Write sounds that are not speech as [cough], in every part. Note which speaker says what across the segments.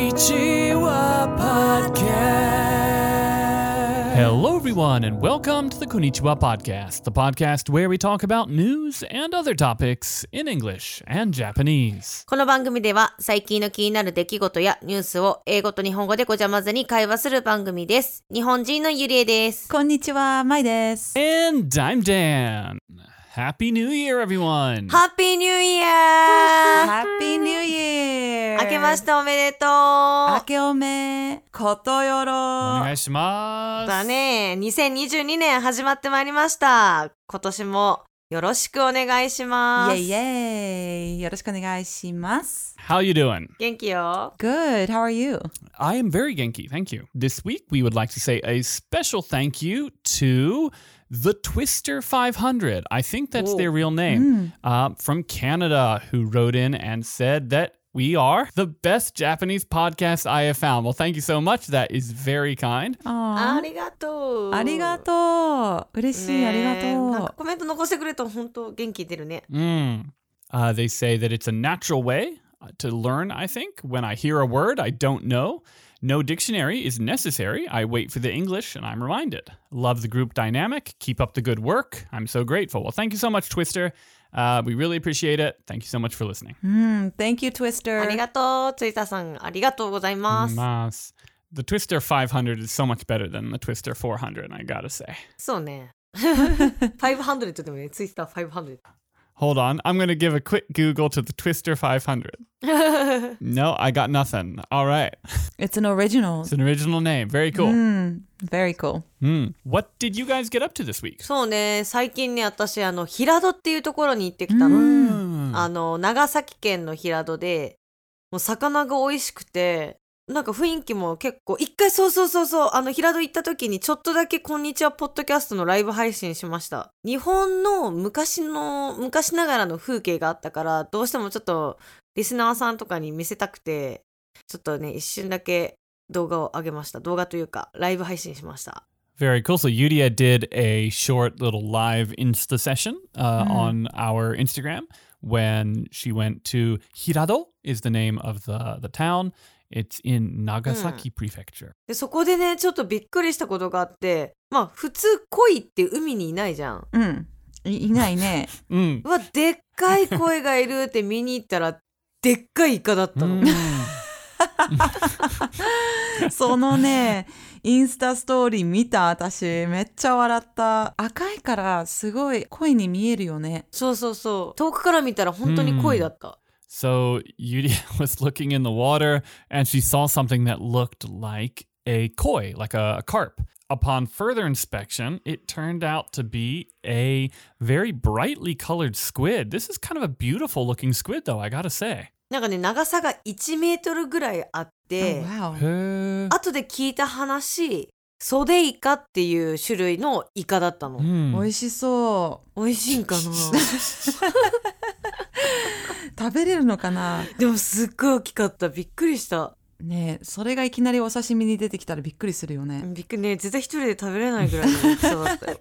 Speaker 1: Konnichiwa Podcast.
Speaker 2: Hello, everyone, and welcome to the Konnichiwa Podcast, the podcast where we talk about news and other topics in English and Japanese.
Speaker 3: この番組では最近の気になる出来事やニュースを英語と日本語でごちゃ混ぜに会話する番組です。日本人のゆりえです。
Speaker 4: こんにちは、まいです。
Speaker 2: And I'm Dan. Happy New Year, everyone.
Speaker 3: ハッピーニューイヤー
Speaker 4: ハッピーニューイヤー
Speaker 3: 明けましてておめでと
Speaker 4: 明
Speaker 3: う
Speaker 4: けおめことよろ
Speaker 2: お願いします。
Speaker 3: だね、2022年始まってまいりました。今年もよろしくお願いします。
Speaker 4: イェイイェイよろしくお願いします。
Speaker 2: How you doing?
Speaker 3: 元気よ。
Speaker 4: Good, how are you?
Speaker 2: I am very Genki, thank you. This week, we would like to say a special thank you to the Twister 500. I think that's
Speaker 3: Whoa.
Speaker 2: their real name.
Speaker 4: うん、
Speaker 2: uh, from Canada who wrote in and said that we are the best Japanese podcast I have found. Well, thank you so much. That is very kind.
Speaker 4: あ
Speaker 3: あ
Speaker 4: ー
Speaker 3: りがとう。
Speaker 4: ありがとう。嬉しい、
Speaker 3: ねえ
Speaker 4: あり
Speaker 3: なん
Speaker 4: が
Speaker 3: か
Speaker 4: と
Speaker 3: コメント残してくれたら本当元気出るね。
Speaker 2: Mm. Uh, they say that it's a natural way uh, to learn, I think. When I hear a word I don't know, no dictionary is necessary. I wait for the English and I'm reminded. Love the group dynamic. Keep up the good work. I'm so grateful. Well, thank you so much, Twister. Uh, we really appreciate it. Thank you so much for listening.
Speaker 4: う。うん、Thank you,
Speaker 3: あ
Speaker 4: Twister.
Speaker 3: りがとう、ツイタさん。ありがとうございます。
Speaker 2: Mas. The Twister 500 is so much better than the Twister 400, I gotta say.
Speaker 3: そうね。500でもね、ツイッター500。
Speaker 2: Hold on, I'm gonna give a quick Google to the Twister 500. [laughs] No, I got nothing. All right.
Speaker 4: It's an original.
Speaker 2: It's an original name. Very
Speaker 4: う
Speaker 2: cool.
Speaker 4: ん、very cool.
Speaker 2: Hmm. What did you guys get up to this week?
Speaker 3: そうね、最近ね、私、あの、平戸っていうところに行ってきたの。
Speaker 2: Hmm.
Speaker 3: あの、長崎県の平戸で、もう魚が美味しくて、なんか雰囲気も結構、一回そうそうそうそう、あの、平戸行った時にちょっとだけこんにちはポッドキャストのライブ配信しました。日本の昔の、昔ながらの風景があったから、どうしてもちょっとリスナーさんとかに見せたくて、ちょっとね、一瞬だけ動画を上げました。動画というか、ライブ配信しました。
Speaker 2: Very cool. So Yudia did a short little live Insta session uh,
Speaker 4: Hmm.
Speaker 2: on our Instagram when she went to Hirado is the name of the, the town. It's in Nagasaki Prefecture.
Speaker 3: で、そこでね、ちょっとびっくりしたことがあって、まあ、普通鯉って海にいないじゃん。
Speaker 4: うん、いいな
Speaker 3: [laughs]
Speaker 4: いね。
Speaker 2: Mm.
Speaker 3: うわでっかい声がいるって見に行ったら [laughs] でっかいイカだったの、
Speaker 2: Hmm.
Speaker 4: そのね、インスタストーリー見た私、めっちゃ笑った。赤いからすごい声に見えるよね。
Speaker 3: そうそうそう遠くから見たら本当に恋だった、
Speaker 2: So Yuri [laughs] was looking in the water and she saw something that looked like a koi, like a, a carp. Upon further inspection, it turned out to be a very brightly colored squid. This is kind of a beautiful looking squid, though, I gotta say.
Speaker 3: なんかね長さが1メートルぐらいあって、
Speaker 4: Oh, wow.
Speaker 2: Hmm.
Speaker 3: 後で聞いた話ソデイカっていう種類のイカだったの、
Speaker 2: Hmm.
Speaker 4: 美味しそ
Speaker 3: 美味しいんかな
Speaker 4: う。食べれるのかな
Speaker 3: [laughs] でもすっごい大きかったびっくりした
Speaker 4: ねえ、それがいきなりお刺身に出てきたらびっくりするよね。
Speaker 3: びっくりね絶対一人で食べれないぐらいの大きさだ [laughs] ったよ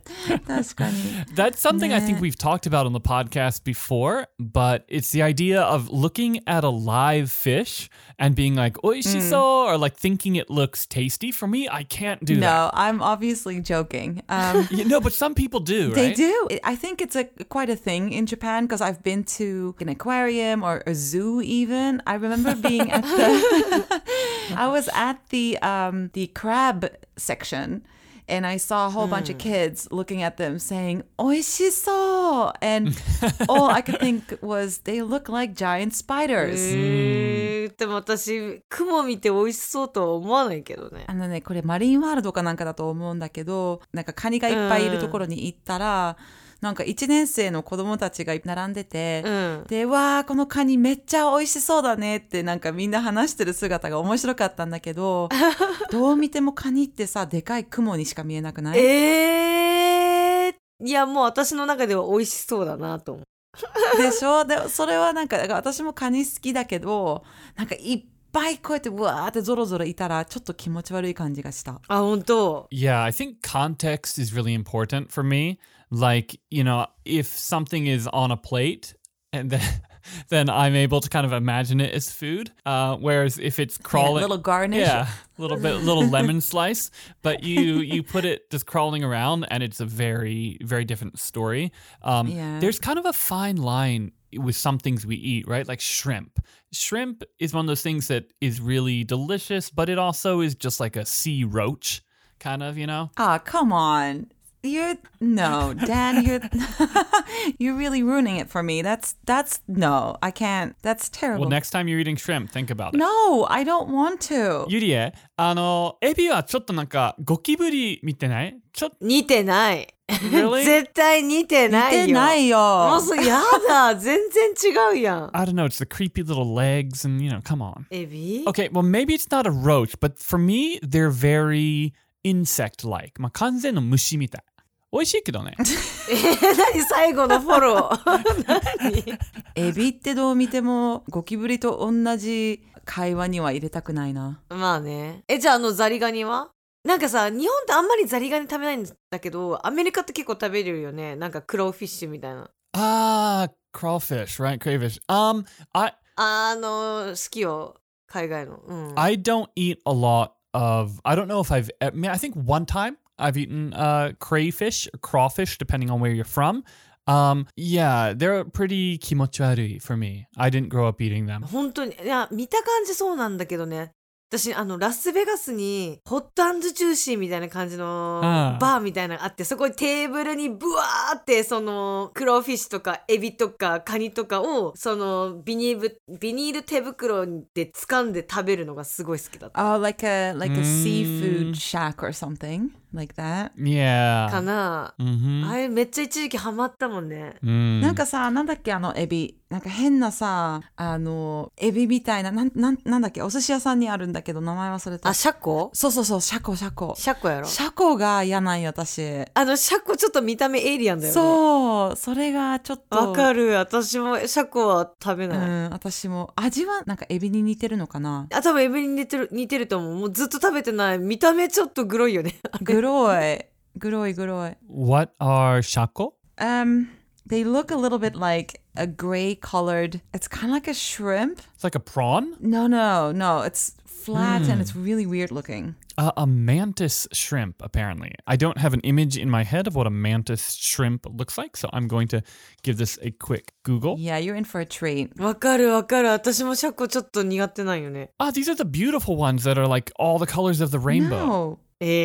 Speaker 4: 確かに。
Speaker 2: That's something I think
Speaker 4: Nah.
Speaker 2: we've talked about on the podcast before, but it's the idea of looking at a live fish and being like oishiso or like thinking it looks tasty. For me, I can't do that.
Speaker 4: [laughs] No, I'm obviously joking. Um,
Speaker 2: You know, but some people do,
Speaker 4: They
Speaker 2: right?
Speaker 4: do. It- I think it's a quite a thing in Japan because I've been to an aquarium or a zoo. Even I remember being at the. [laughs] I was at the um, the crab section. And I saw a whole bunch of
Speaker 2: Hmm.
Speaker 4: kids looking at them saying "oishiso," and all I could think was they look like giant
Speaker 2: Mm.
Speaker 4: spiders.
Speaker 3: へーでも私雲見て美味しそうとは思わないけどね
Speaker 4: あのね、これマリンワールドかなんかだと思うんだけど、なんかカニがいっぱいいるところに行ったら、なんか1年生の子供たちが並んでて、
Speaker 3: うん
Speaker 4: で、わあ、このカニめっちゃ美味しそうだねってなんかみんな話してる姿が面白かったんだ
Speaker 3: [laughs]
Speaker 4: けど、どう見てもカニってさ、でかい雲にしか見えなくない
Speaker 3: ええー、いやもう私の中では美味しそうだなと思う。
Speaker 4: でしょで、それはなんか、だから私もカニ好きだけど、なんかいっぱいこうやってうわーってゾロゾロいたら、ちょっと気持ち悪い感じがした。
Speaker 3: あ本当。
Speaker 2: Yeah, I think context is really important for me. Like, you know, if something is on a plate and [laughs] then then I'm able to kind of imagine it as food. Uh, whereas if it's crawling,
Speaker 4: little garnish.
Speaker 2: yeah, a little bit, little
Speaker 4: [laughs]
Speaker 2: lemon slice. But you you put it just crawling around, and it's a very very different story. Um,
Speaker 4: Yeah.
Speaker 2: There's kind of a fine line with some things we eat, right? Like shrimp. Shrimp is one of those things that is really delicious, but it also is just like a sea roach, kind of, you know.
Speaker 4: Ah, come on. You're no, Dan. You're [laughs] you're really ruining it for me. That's that's no. I can't. That's terrible.
Speaker 2: Well, next time you're eating shrimp, think about it.
Speaker 4: no, I don't want to.
Speaker 2: ゆりえ、あの、エビはちょっとなんかゴキブリ見てないちょっと、
Speaker 3: 似てない。
Speaker 2: really?
Speaker 3: [laughs] 絶対似てないよ。
Speaker 4: 似てない
Speaker 3: も
Speaker 4: よ
Speaker 3: う。それやだ。全然違うやん。
Speaker 2: I don't know. It's the creepy little legs, and you know, come on.
Speaker 3: エビ
Speaker 2: Okay, well, maybe it's not a roach, but for me, they're very insect-like. まあ、完全の虫みたい。美味しいけどね。
Speaker 3: [laughs] えー、何最後のフォロー。 [laughs]
Speaker 4: エビってどう見てもゴキブリと同じ会話には入れたくないな。
Speaker 3: 何まあね。え、じゃああのザリガニはなんかさ、日本ってあんまりザリガニ食べないんだけど、アメリカって結構食べるよね。なんかクローフィッシュみたいな。
Speaker 2: ah, crawfish, right? Crayfish. Um, I
Speaker 3: あの、好きよ。海外の。うん。
Speaker 2: I don't eat a lot of. I don't know if I've. e, I, mean, I think one time I've eaten uh, crayfish, or crawfish, depending on where you're from. Um, yeah, they're pretty kimochiwarui for me. I didn't grow up eating them.
Speaker 3: 本当にいや見た感じそうなんだけどね私あのラスベガスにホットジューシーみたいな感じの
Speaker 2: ああ
Speaker 3: バーみたいなのがあってそこにテーブルにブワーってそのクローフィッシュとかエビとかカニとかをそのビニールビニール手袋で掴んで食べるのがすごい好きだった
Speaker 4: Oh, like a like a
Speaker 2: Mm.
Speaker 4: seafood shack or something like that.
Speaker 3: か
Speaker 2: Yeah.
Speaker 3: な、
Speaker 2: Mm-hmm.
Speaker 3: あれめっちゃ一時期ハマったもんね
Speaker 2: Mm.
Speaker 4: なんかさ、なんだっけ、あのエビ。なんか変なさ、あの、エビみたいな、なんなんなんだっけ、お寿司屋さんにあるんだけど、名前忘れた
Speaker 3: あ。シャコ
Speaker 4: そうそうそう、シャコシャコ。
Speaker 3: シャコやろ
Speaker 4: シャコが嫌なんよ、私。
Speaker 3: あのシャコちょっと見た目エイリアンだよね
Speaker 4: そう、それがちょっと。
Speaker 3: わかる私もシャコは食べ
Speaker 4: う
Speaker 3: ない、
Speaker 4: ん、私も。味はなんかエビに似てるのかな
Speaker 3: あ、多分エビに似てる、似てると思う。もうずっと食べてない。見た目ちょっとグロいよね。 [laughs]
Speaker 4: グロい。グロいグロい。
Speaker 2: What are shako?
Speaker 4: Um, they look a little bit like a gray colored, it's kind of like a shrimp.
Speaker 2: It's like a prawn,
Speaker 4: No, no, no. It's flat
Speaker 3: Hmm.
Speaker 4: and it's really weird looking.
Speaker 2: uh, a mantis shrimp. Apparently, I don't have an image in my head of what a mantis shrimp looks like, so I'm going to give this a quick Google.
Speaker 4: Yeah, you're in for a treat.
Speaker 3: わかるわかる。私もシャコちょっと苦手なんよね。
Speaker 2: Ah, these are the beautiful ones that are like all the colors of the rainbow.
Speaker 4: No,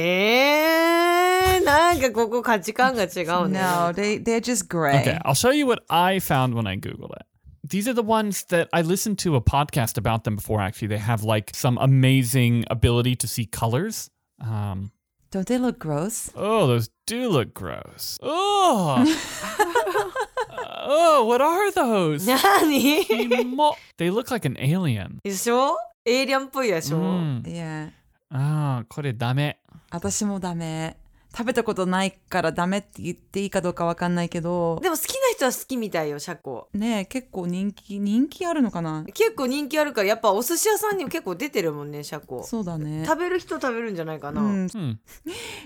Speaker 3: えー、なんかここ価値観が違うね。
Speaker 4: no, they they're just gray.
Speaker 2: Okay, I'll show you what I found when I Googled it. These are the ones that I listened to a podcast about them before, actually. They have like some amazing ability to see colors. Um,
Speaker 4: Don't they look gross?
Speaker 2: oh, those do look gross.
Speaker 4: [laughs]
Speaker 2: Oh, oh, what are those?
Speaker 3: なに
Speaker 2: Emo- they look like an alien.
Speaker 3: でしょエイリアンっぽいでしょ、
Speaker 2: Mm.
Speaker 4: Yeah.
Speaker 2: Ah, これダメ.
Speaker 4: 私もダメ。食べたことないからダメって言っていいかどうかわかんないけど、
Speaker 3: でも好きな人は好きみたいよ、シャコ。
Speaker 4: ねえ結構人気、人気あるのかな
Speaker 3: 結構人気あるから、やっぱお寿司屋さんにも結構出てるもんね、シャコ。
Speaker 4: そうだね。
Speaker 3: 食べる人食べるんじゃないかな。
Speaker 4: うん
Speaker 2: Hmm.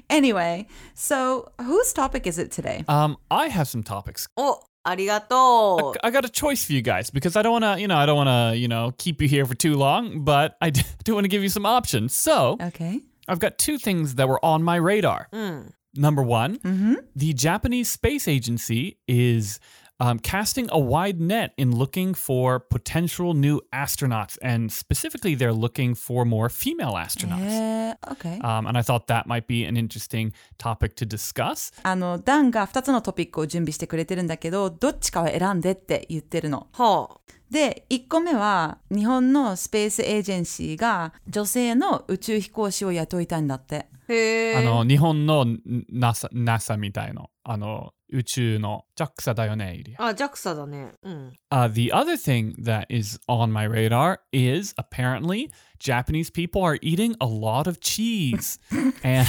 Speaker 4: Anyway, so whose topic is it today?
Speaker 2: Um, I have some topics.
Speaker 3: お、ありがと
Speaker 2: I got a choice for you guys because I don't want to, you know, I don't want to, you know, keep you here for too long, but I [laughs] do want to give you some options. So
Speaker 4: Okay.
Speaker 2: I've got two things that were on my radar.
Speaker 3: う。うん。
Speaker 2: Number one,
Speaker 4: Mm-hmm.
Speaker 2: the Japanese Space Agency is um, casting a wide net in looking for potential new astronauts, and specifically, they're looking for more female astronauts.
Speaker 4: okay.
Speaker 2: Um, and I thought that might be an interesting topic to discuss.
Speaker 4: あの、ダンが2つのトピックを準備してくれてるんだけど、どっちかを選んでって言ってるの。
Speaker 3: はあ。
Speaker 4: で、1個目は、日本のスペースエージェンシーが女性の宇宙飛行士を雇いたいんだって。
Speaker 3: へえ。
Speaker 2: あの日本の NASA, NASA みたいのあの宇宙の JAXA だよね、イリア。
Speaker 3: あ、ジャクサだね。うん。
Speaker 2: Uh, the other thing that is on my radar is apparently Japanese people are eating a lot of cheese, and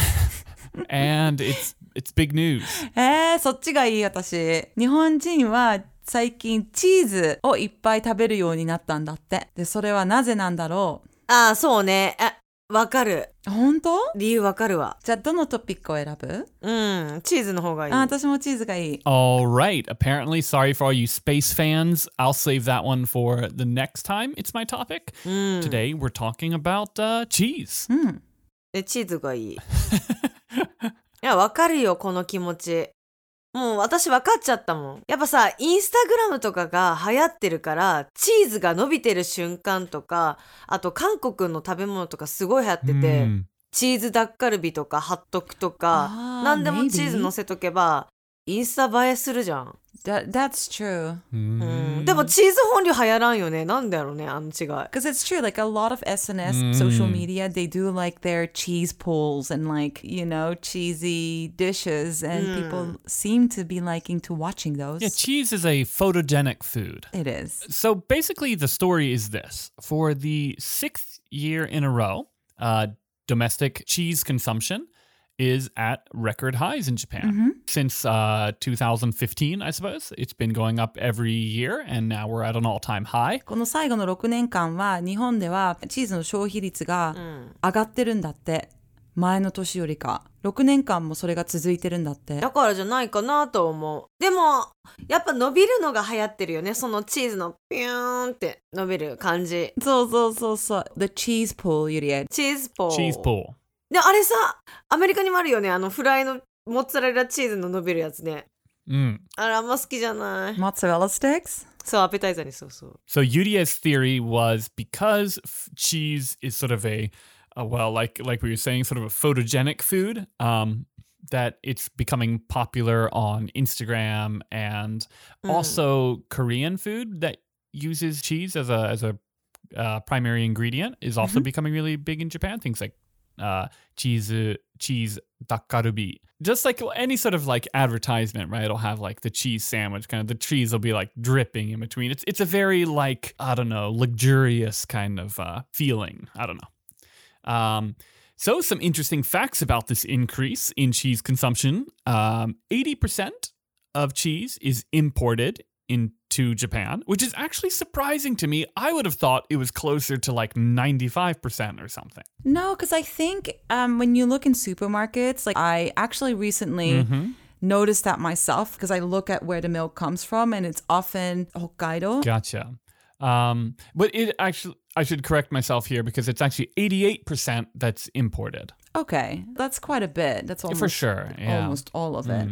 Speaker 2: and it's it's big news.
Speaker 4: えー、そっちがいい私。日本人は最近チーズをいっぱい食べるようになったんだって。で、それはなぜなんだろう
Speaker 3: ああ、そうね。あ、わかる。
Speaker 4: 本当
Speaker 3: 理由わかるわ。
Speaker 4: じゃあどのトピックを選ぶ
Speaker 3: うん、チーズの方がいい。
Speaker 4: あ私もチーズがいい。
Speaker 2: All right. Apparently, sorry for all you space fans. I'll save that one for the next time. It's my topic.
Speaker 3: Hmm.
Speaker 2: Today, we're talking about uh, cheese.
Speaker 4: うん。
Speaker 3: え、チーズがいい。い [laughs] や、わかるよ、この気持ち。もう私わかっちゃったもん。やっぱさ、インスタグラムとかが流行ってるから、チーズが伸びてる瞬間とか、あと韓国の食べ物とかすごい流行ってて、
Speaker 2: Mm.
Speaker 3: チーズダッカルビとかハットクとか、
Speaker 4: あー
Speaker 3: 何でもチーズ乗せとけば、インスタ映えするじゃん。
Speaker 4: That, that's true.
Speaker 2: Mm.
Speaker 3: うん、でもチーズ本流流行らんよね。なんだろうね、あの違い。
Speaker 4: Because it's true, like a lot of SNS, social
Speaker 2: Mm.
Speaker 4: media, they do like their cheese polls and like, you know, cheesy dishes, and people seem to be liking to watching those.
Speaker 2: Yeah, cheese is a photogenic food.
Speaker 4: it is.
Speaker 2: So basically, the story is this for the sixth year in a row, uh, domestic cheese consumption is at record highs in Japan. Since uh, 2015, I suppose. It's been going up every year, and now we're at an all time high.
Speaker 4: この最後の6年間は日本ではチーズの消費率が上がってるんだって、前の年よりか6年間もそれが続いてるんだって
Speaker 3: だからじゃないかなと思う。でも、やっぱ伸びるのが流行ってるよね。そのチーズのピューンって伸びる感じ。
Speaker 4: そうそうそうそう The cheese pull ゆりえ
Speaker 3: チーズポー。
Speaker 2: Cheese pool.
Speaker 3: で、あれさ、アメリカにもあるよね。あのフライのモッツァレラチーズの伸びるやつね。
Speaker 2: Mm.
Speaker 3: あれあんま好きじゃない。
Speaker 4: Mozzarella sticks?
Speaker 3: そう、アペタイザーにそうそう。
Speaker 2: So Yuria's theory was because f- cheese is sort of a, uh well, like like we were saying, sort of a photogenic food. Um, that it's becoming popular on Instagram and also Korean food that uses cheese as a as a uh, primary ingredient is also becoming really big in Japan. Things like uh, cheese cheese dakkarubi. Just like any sort of like advertisement, right? It'll have like the cheese sandwich, kind of the cheese will be like dripping in between. It's it's a very like I don't know, luxurious kind of uh, feeling. I don't know. Um, so some interesting facts about this increase in cheese consumption. Um, Eighty percent of cheese is imported into Japan, which is actually surprising to me. I would have thought it was closer to like ninety-five percent or something.
Speaker 4: No, because I think um, when you look in supermarkets, like I actually recently noticed that myself because I look at where the milk comes from and it's often Hokkaido.
Speaker 2: Gotcha. Um, but it actually, I should correct myself here because it's actually 88% that's imported.
Speaker 4: Okay, that's quite a bit. That's almost,
Speaker 2: For sure. Yeah.
Speaker 4: almost all of it.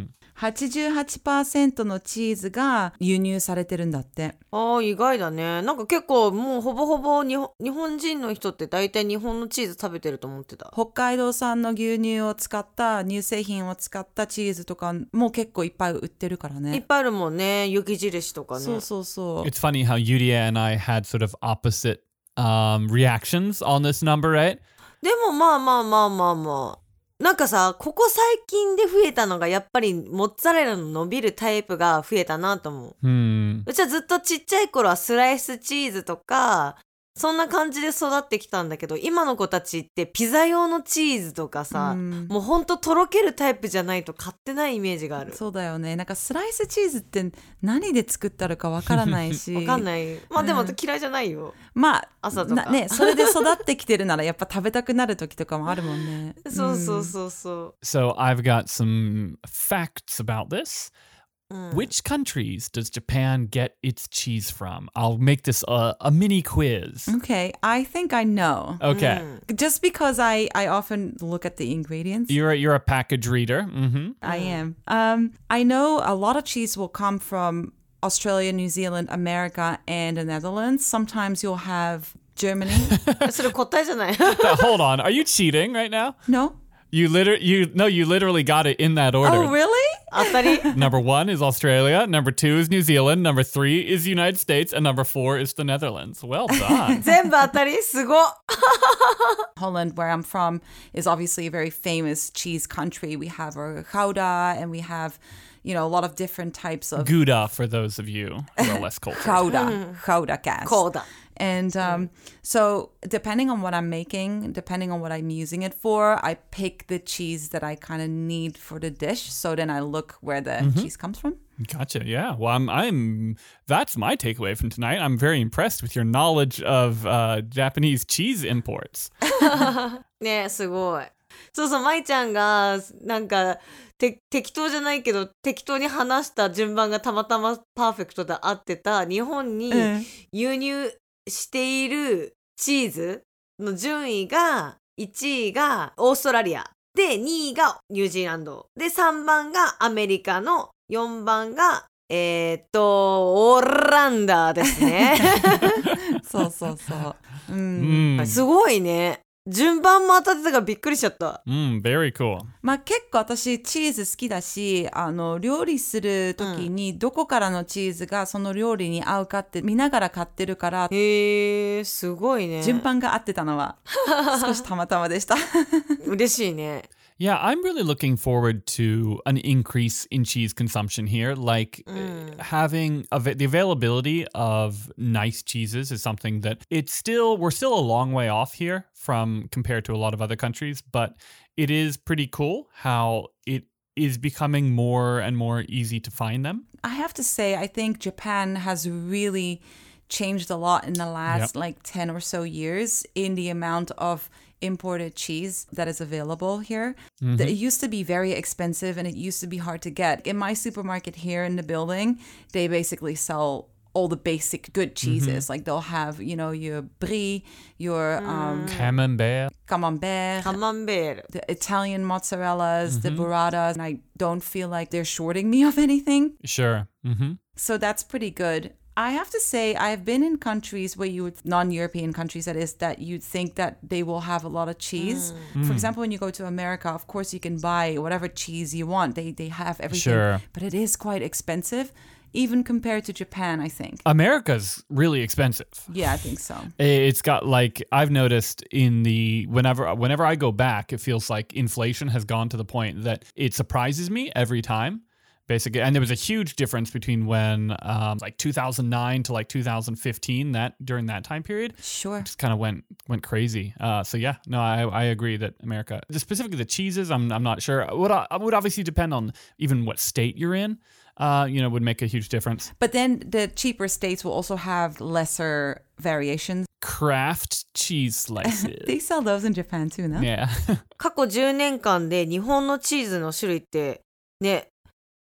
Speaker 4: 88%のチーズが輸入されてるんだって。
Speaker 3: ああ、意外だね。なんか結構もうほぼほぼ日本日本人の人って大体日本のチーズ食べてると思ってた。
Speaker 4: 北海道産の牛乳を使った乳製品を使ったチーズとかも結構いっぱい売ってるから
Speaker 3: いっ
Speaker 4: ね。
Speaker 3: ぱいあるもんね。雪印とかね。
Speaker 4: そうそうそう。
Speaker 2: It's funny how Yudia and I had sort of opposite um, reactions on this number, right?
Speaker 3: でもまあまあまあまあまあ。なんかさ、ここ最近で増えたのがやっぱりモッツァレラの伸びるタイプが増えたなと思う。
Speaker 2: Hmm.
Speaker 3: うちはずっとちっちゃい頃はスライスチーズとか、そんな感じで育ってきたんだけど、今の子たちってピザ用のチーズとかさ、
Speaker 4: うん
Speaker 3: もうほんととろけるタイプじゃないと買ってないイメージがある。
Speaker 4: そうだよねなんかスライスチーズって何で作ったのかわからない
Speaker 3: [laughs]
Speaker 4: し
Speaker 3: わかんない。まあでも
Speaker 4: うん
Speaker 3: 嫌いじゃないよ。
Speaker 4: まあ
Speaker 3: 朝とか
Speaker 4: なねそれで育ってきてるならやっぱ食べたくなる時とかもあるも
Speaker 3: [laughs]
Speaker 4: んね
Speaker 3: そうそううんそうそ
Speaker 2: So I've got some facts about this.
Speaker 3: う。うん
Speaker 2: Which countries does Japan get its cheese from? I'll make this a, a mini quiz.
Speaker 4: Okay I think I know
Speaker 3: うん
Speaker 2: Okay.
Speaker 4: just because I I often look at the ingredients
Speaker 2: You're, a- you're a package reader. hmm
Speaker 4: I am um I know a lot of cheese will come from Australia New Zealand America and the Netherlands sometimes you'll have Germany [laughs]
Speaker 3: それ答えじゃない。
Speaker 2: [laughs]
Speaker 3: [laughs]
Speaker 2: Hold on. Are you cheating right now?
Speaker 4: no
Speaker 2: You liter you no, you literally got it in that order.
Speaker 4: oh really
Speaker 3: 当たり。
Speaker 2: Number one is Australia. Number two is New Zealand. Number three is United States, and number four is the Netherlands. Well done.
Speaker 3: 全部当たりすごっ
Speaker 4: Holland, where I'm from, is obviously a very famous cheese country. We have our Gouda and we have, you know, a lot of different types of
Speaker 2: Gouda uh, for those of you who are less cultured.
Speaker 4: Gouda, Gouda cast.
Speaker 3: こうだ。
Speaker 4: And um, so, depending on what I'm making, depending on what I'm using it for, I pick the cheese that I kind of need for the dish. So then I look where the cheese comes from.
Speaker 2: Gotcha. Yeah. Well, I'm. I'm. That's my takeaway from tonight. I'm very impressed with your knowledge of uh, Japanese cheese imports.
Speaker 3: ねすごい。そうそう、舞ちゃんが、なんか、て適当じゃないけど、適当に話した順番がたまたまパーフェクトで合ってた、日本に
Speaker 4: [laughs] うん
Speaker 3: 輸入しているチーズの順位が、1位がオーストラリア。で、2位がニュージーランド。で、3番がアメリカの、4番が、えーっと、オランダです
Speaker 4: [laughs]
Speaker 3: ね。
Speaker 4: そうそうそう。うん
Speaker 2: うん
Speaker 3: すごいね。順番も当たってたからびっくりしちゃった。
Speaker 2: Mm, very cool.
Speaker 4: まあ結構私チーズ好きだしあの料理する時にどこからのチーズがその料理に合うかって見ながら買ってるから
Speaker 3: へえ、すごいね。
Speaker 4: 順番が合ってたのは少したまたまでした。
Speaker 3: 嬉しいね。
Speaker 2: Yeah, I'm really looking forward to an increase in cheese consumption here. Like uh, having av- the availability of nice cheeses is something that it's still we're still a long way off here from compared to a lot of other countries, but it is pretty cool how it is becoming more and more easy to find them.
Speaker 4: I have to say, I think Japan has really changed a lot in the last like 10 or so years in the amount of imported cheese that is available here. Th- It used to be very expensive and it used to be hard to get. In my supermarket here in the building, they basically sell all the basic good cheeses. Like they'll have, you know, your brie, your um,
Speaker 2: Mm. Camembert.
Speaker 4: camembert,
Speaker 3: カマンベール。
Speaker 4: the Italian mozzarellas, the burratas. And I don't feel like they're shorting me of anything.
Speaker 2: Sure. hmm
Speaker 4: So that's pretty good. I have to say, I've been in countries where you would, non European countries, that is, that you'd think that they will have a lot of cheese.
Speaker 2: Mm.
Speaker 4: For example, when you go to America, of course, you can buy whatever cheese you want. They, they have everything.
Speaker 2: Sure.
Speaker 4: But it is quite expensive, even compared to Japan, I think.
Speaker 2: America's really expensive.
Speaker 4: Yeah, I think so.
Speaker 2: It's got like I've noticed in the whenever whenever I go back, it feels like inflation has gone to the point that it surprises me every time. Basically, and there was a huge difference between when um, like 2009 to like 2015. That during that time period,
Speaker 4: Sure.
Speaker 2: just kind of went went crazy. Uh, so yeah, no, I, I agree that America, specifically the cheeses, I'm, I'm not sure. Would I would obviously depend on even what state you're in. Uh, you know, would make a huge difference.
Speaker 4: But then the cheaper states will also have lesser variations.
Speaker 2: Kraft cheese slices.
Speaker 4: They sell those in Japan too, no?
Speaker 2: yeah. [laughs]
Speaker 3: 過去10年間で日本のチーズの種類って、ね、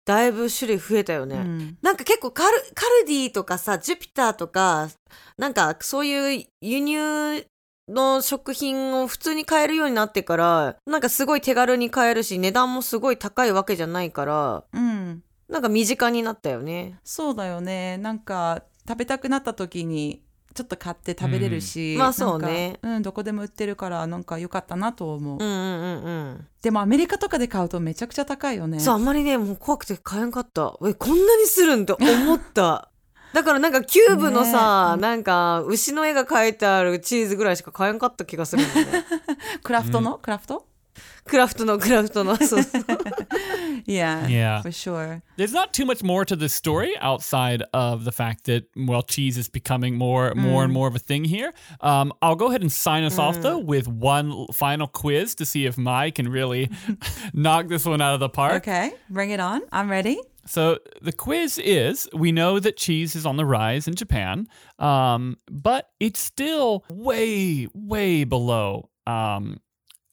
Speaker 3: だいぶ種類増えたよね。
Speaker 4: Mm.
Speaker 3: なんか結構カルカルディとかさ、ジュピターとか、なんかそういう輸入の食品を普通に買えるようになってから、なんかすごい手軽に買えるし、値段もすごい高いわけじゃないから、
Speaker 4: Mm.
Speaker 3: なんか身近になったよね。
Speaker 4: そうだよねなんか食べたくなった時にちょっと買って食べれるし、
Speaker 3: うんまあそうね
Speaker 4: なんかうん、どこでも売ってるからなんか良かったなと思う、
Speaker 3: うんうんうんうん。
Speaker 4: でもアメリカとかで買うとめちゃくちゃ高いよね
Speaker 3: そう、あんまりね、もう怖くて買えんかった。え、こんなにするんって思った。 [laughs] だからなんかキューブのさ、なんか牛の絵が描いてあるチーズぐらいしか買えんかった気がするんだよ [laughs] ね。
Speaker 4: クラフトの、クラフト
Speaker 3: クラフトのクラフ [laughs] トの、そうそう。
Speaker 4: Yeah,
Speaker 2: Yeah.
Speaker 4: for sure
Speaker 2: There's not too much more to this story outside of the fact that well, cheese is becoming more, more and more of a thing here. Um, I'll go ahead and sign us off though with one l- final quiz to see if Mai can really [laughs] knock this one out of the park.
Speaker 4: Okay, bring it on I'm ready
Speaker 2: So the quiz is: we know that cheese is on the rise in Japan, um, but it's still way, way below um,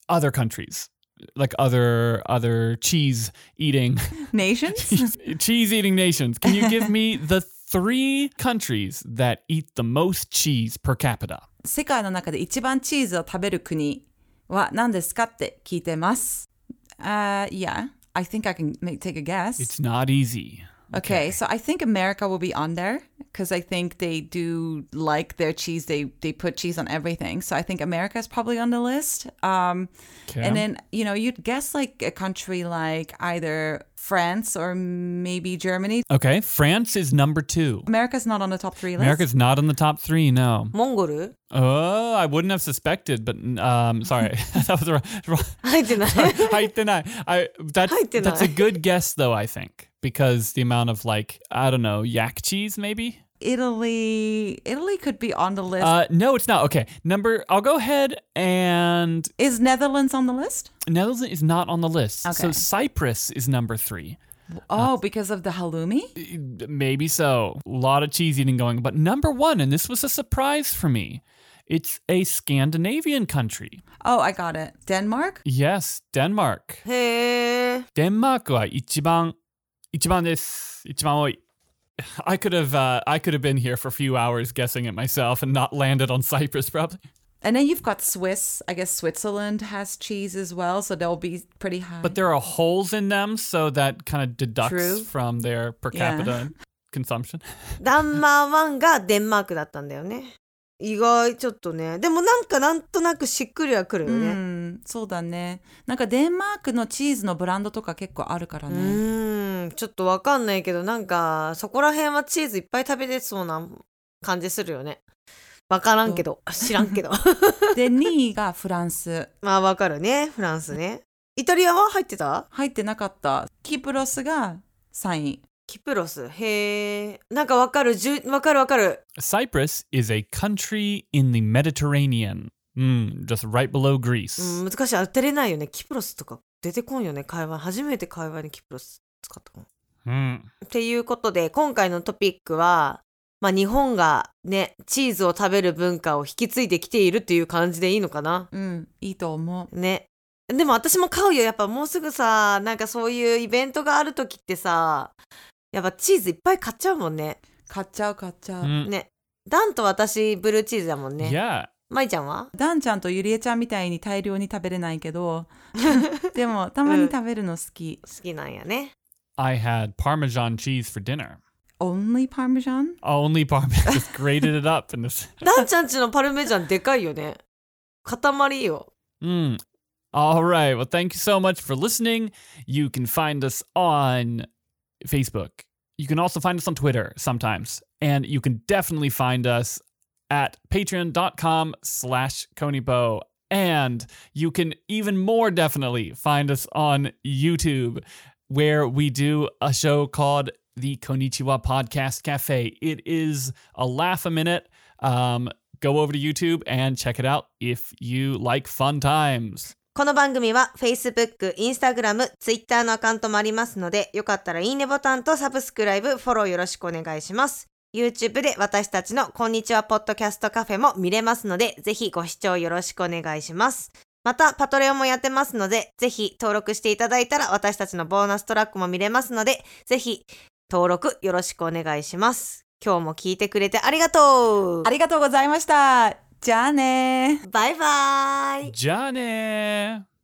Speaker 2: other countries, like other other cheese eating [laughs]
Speaker 4: Nations?
Speaker 2: cheese eating nations. Can you give me the three countries that eat the most cheese per capita?
Speaker 4: 世界の中で一番チーズを食べる国は何ですかって聞いてます、uh, Yeah, I think I can make, take a guess
Speaker 2: It's not easy.
Speaker 4: Okay, so I think America will be on there because I think they do like their cheese. They they put cheese on everything, so I think America is probably on the list. Um,
Speaker 2: Okay.
Speaker 4: And then you know you'd guess like a country like either France or maybe Germany.
Speaker 2: Okay, France is number two.
Speaker 4: America's not on the top three list.
Speaker 2: America's not on the top three, no.
Speaker 3: モンゴル
Speaker 2: Oh, I wouldn't have suspected, but um, sorry, [laughs] that was wrong. wrong.
Speaker 3: [laughs] 入ってない。
Speaker 2: I, didn't I, I that's
Speaker 3: I didn't
Speaker 2: that's a
Speaker 3: I.
Speaker 2: good guess though. I think because the amount of like I don't know yak cheese maybe.
Speaker 4: Italy, Italy could be on the list.
Speaker 2: Uh, no, it's not. Okay, number. I'll go ahead and
Speaker 4: is Netherlands on the list?
Speaker 2: Netherlands is not on the list. So
Speaker 4: Okay.
Speaker 2: Cyprus is number three.
Speaker 4: Oh, because of the halloumi.
Speaker 2: Maybe so. A lot of cheese eating going, but number one, and this was a surprise for me, It's a Scandinavian country.
Speaker 4: Oh, I got it. Denmark?
Speaker 2: Yes, Denmark.
Speaker 3: へえ。
Speaker 2: Denmark は一番、一番です。一番多い。I could have uh, I could have been here for a few hours guessing it myself and not landed on Cyprus probably.
Speaker 4: And then you've got Swiss. I guess Switzerland has cheese as well, so they'll be pretty high.
Speaker 2: But there are holes in them, so that kind of deducts
Speaker 4: True.
Speaker 2: from their per
Speaker 4: Yeah.
Speaker 2: capita consumption.
Speaker 3: ダンマーワンがデンマークだったんだよね。意外ちょっとね。でもなんかなんとなくしっくりはくるよ
Speaker 4: う
Speaker 3: ね。
Speaker 4: ん、そうだね。なんかデンマークのチーズのブランドとか結構あるから
Speaker 3: う
Speaker 4: ね。
Speaker 3: ーん、ちょっとわかんないけど、なんかそこら辺はチーズいっぱい食べれそうな感じするよね。わからんけど、知らん
Speaker 4: [laughs]
Speaker 3: けど。
Speaker 4: で、2位がフランス。
Speaker 3: まあわかるね、フランスね。イタリアは入ってた
Speaker 4: 入ってなかった。キプロスが3位。
Speaker 3: キプロス。へえ。なんかわかる、じゅわかるわかる。
Speaker 2: Cyprus is a country in the Mediterranean, mm, just right below Greece.
Speaker 3: うん、難しい。当てれないよね。キプロスとか出てこんよね、会話。初めて会話にキプロス使ったかも。
Speaker 2: Mm.
Speaker 3: っていうことで今回のトピックは、まあ、日本がねチーズを食べる文化を引き継いできているっていう感じでいいのかな
Speaker 4: うん、いいと思う。
Speaker 3: ねでも私も買うよやっぱもうすぐさなんかそういうイベントがある時ってさやっぱチーズいっぱい買っちゃうもんね
Speaker 4: 買っちゃう買っちゃう。
Speaker 2: Mm.
Speaker 3: ねダンと私ブルーチーズだもんね
Speaker 2: Yeah.
Speaker 3: まいちゃんは
Speaker 4: ダンちゃんとゆりえちゃんみたいに大量に食べれないけ [laughs] ど、でもたまに食べるの好き。
Speaker 3: 好きなんやね
Speaker 2: I had Parmesan cheese for dinner.
Speaker 4: Only Parmesan?
Speaker 2: Only Parmesan. Just grated it up. And this.
Speaker 3: ダンちゃんちのパルメジャンでかいよね塊よ
Speaker 2: Mm. All right. Well, thank you so much for listening. You can find us on Facebook. You can also find us on Twitter sometimes. And you can definitely find us at patreon.com slash Konipo. And you can even more definitely find us on YouTube, where we do a show called the Konichiwa Podcast Cafe. It is a laugh a minute. Um, go over to YouTube and check it out if you like fun times.
Speaker 3: この番組は Facebook、Instagram、Twitter のアカウントもありますので、よかったらいいねボタンとサブスクライブ、フォローよろしくお願いします。YouTube で私たちのこんにちはポッドキャストカフェも見れますので、ぜひご視聴よろしくお願いします。また、パトレオもやってますので、ぜひ登録していただいたら私たちのボーナストラックも見れますので、ぜひ登録よろしくお願いします。今日も聞いてくれてありがとう
Speaker 4: ありがとうございました。じゃあね
Speaker 3: バイバイ
Speaker 2: Johnny!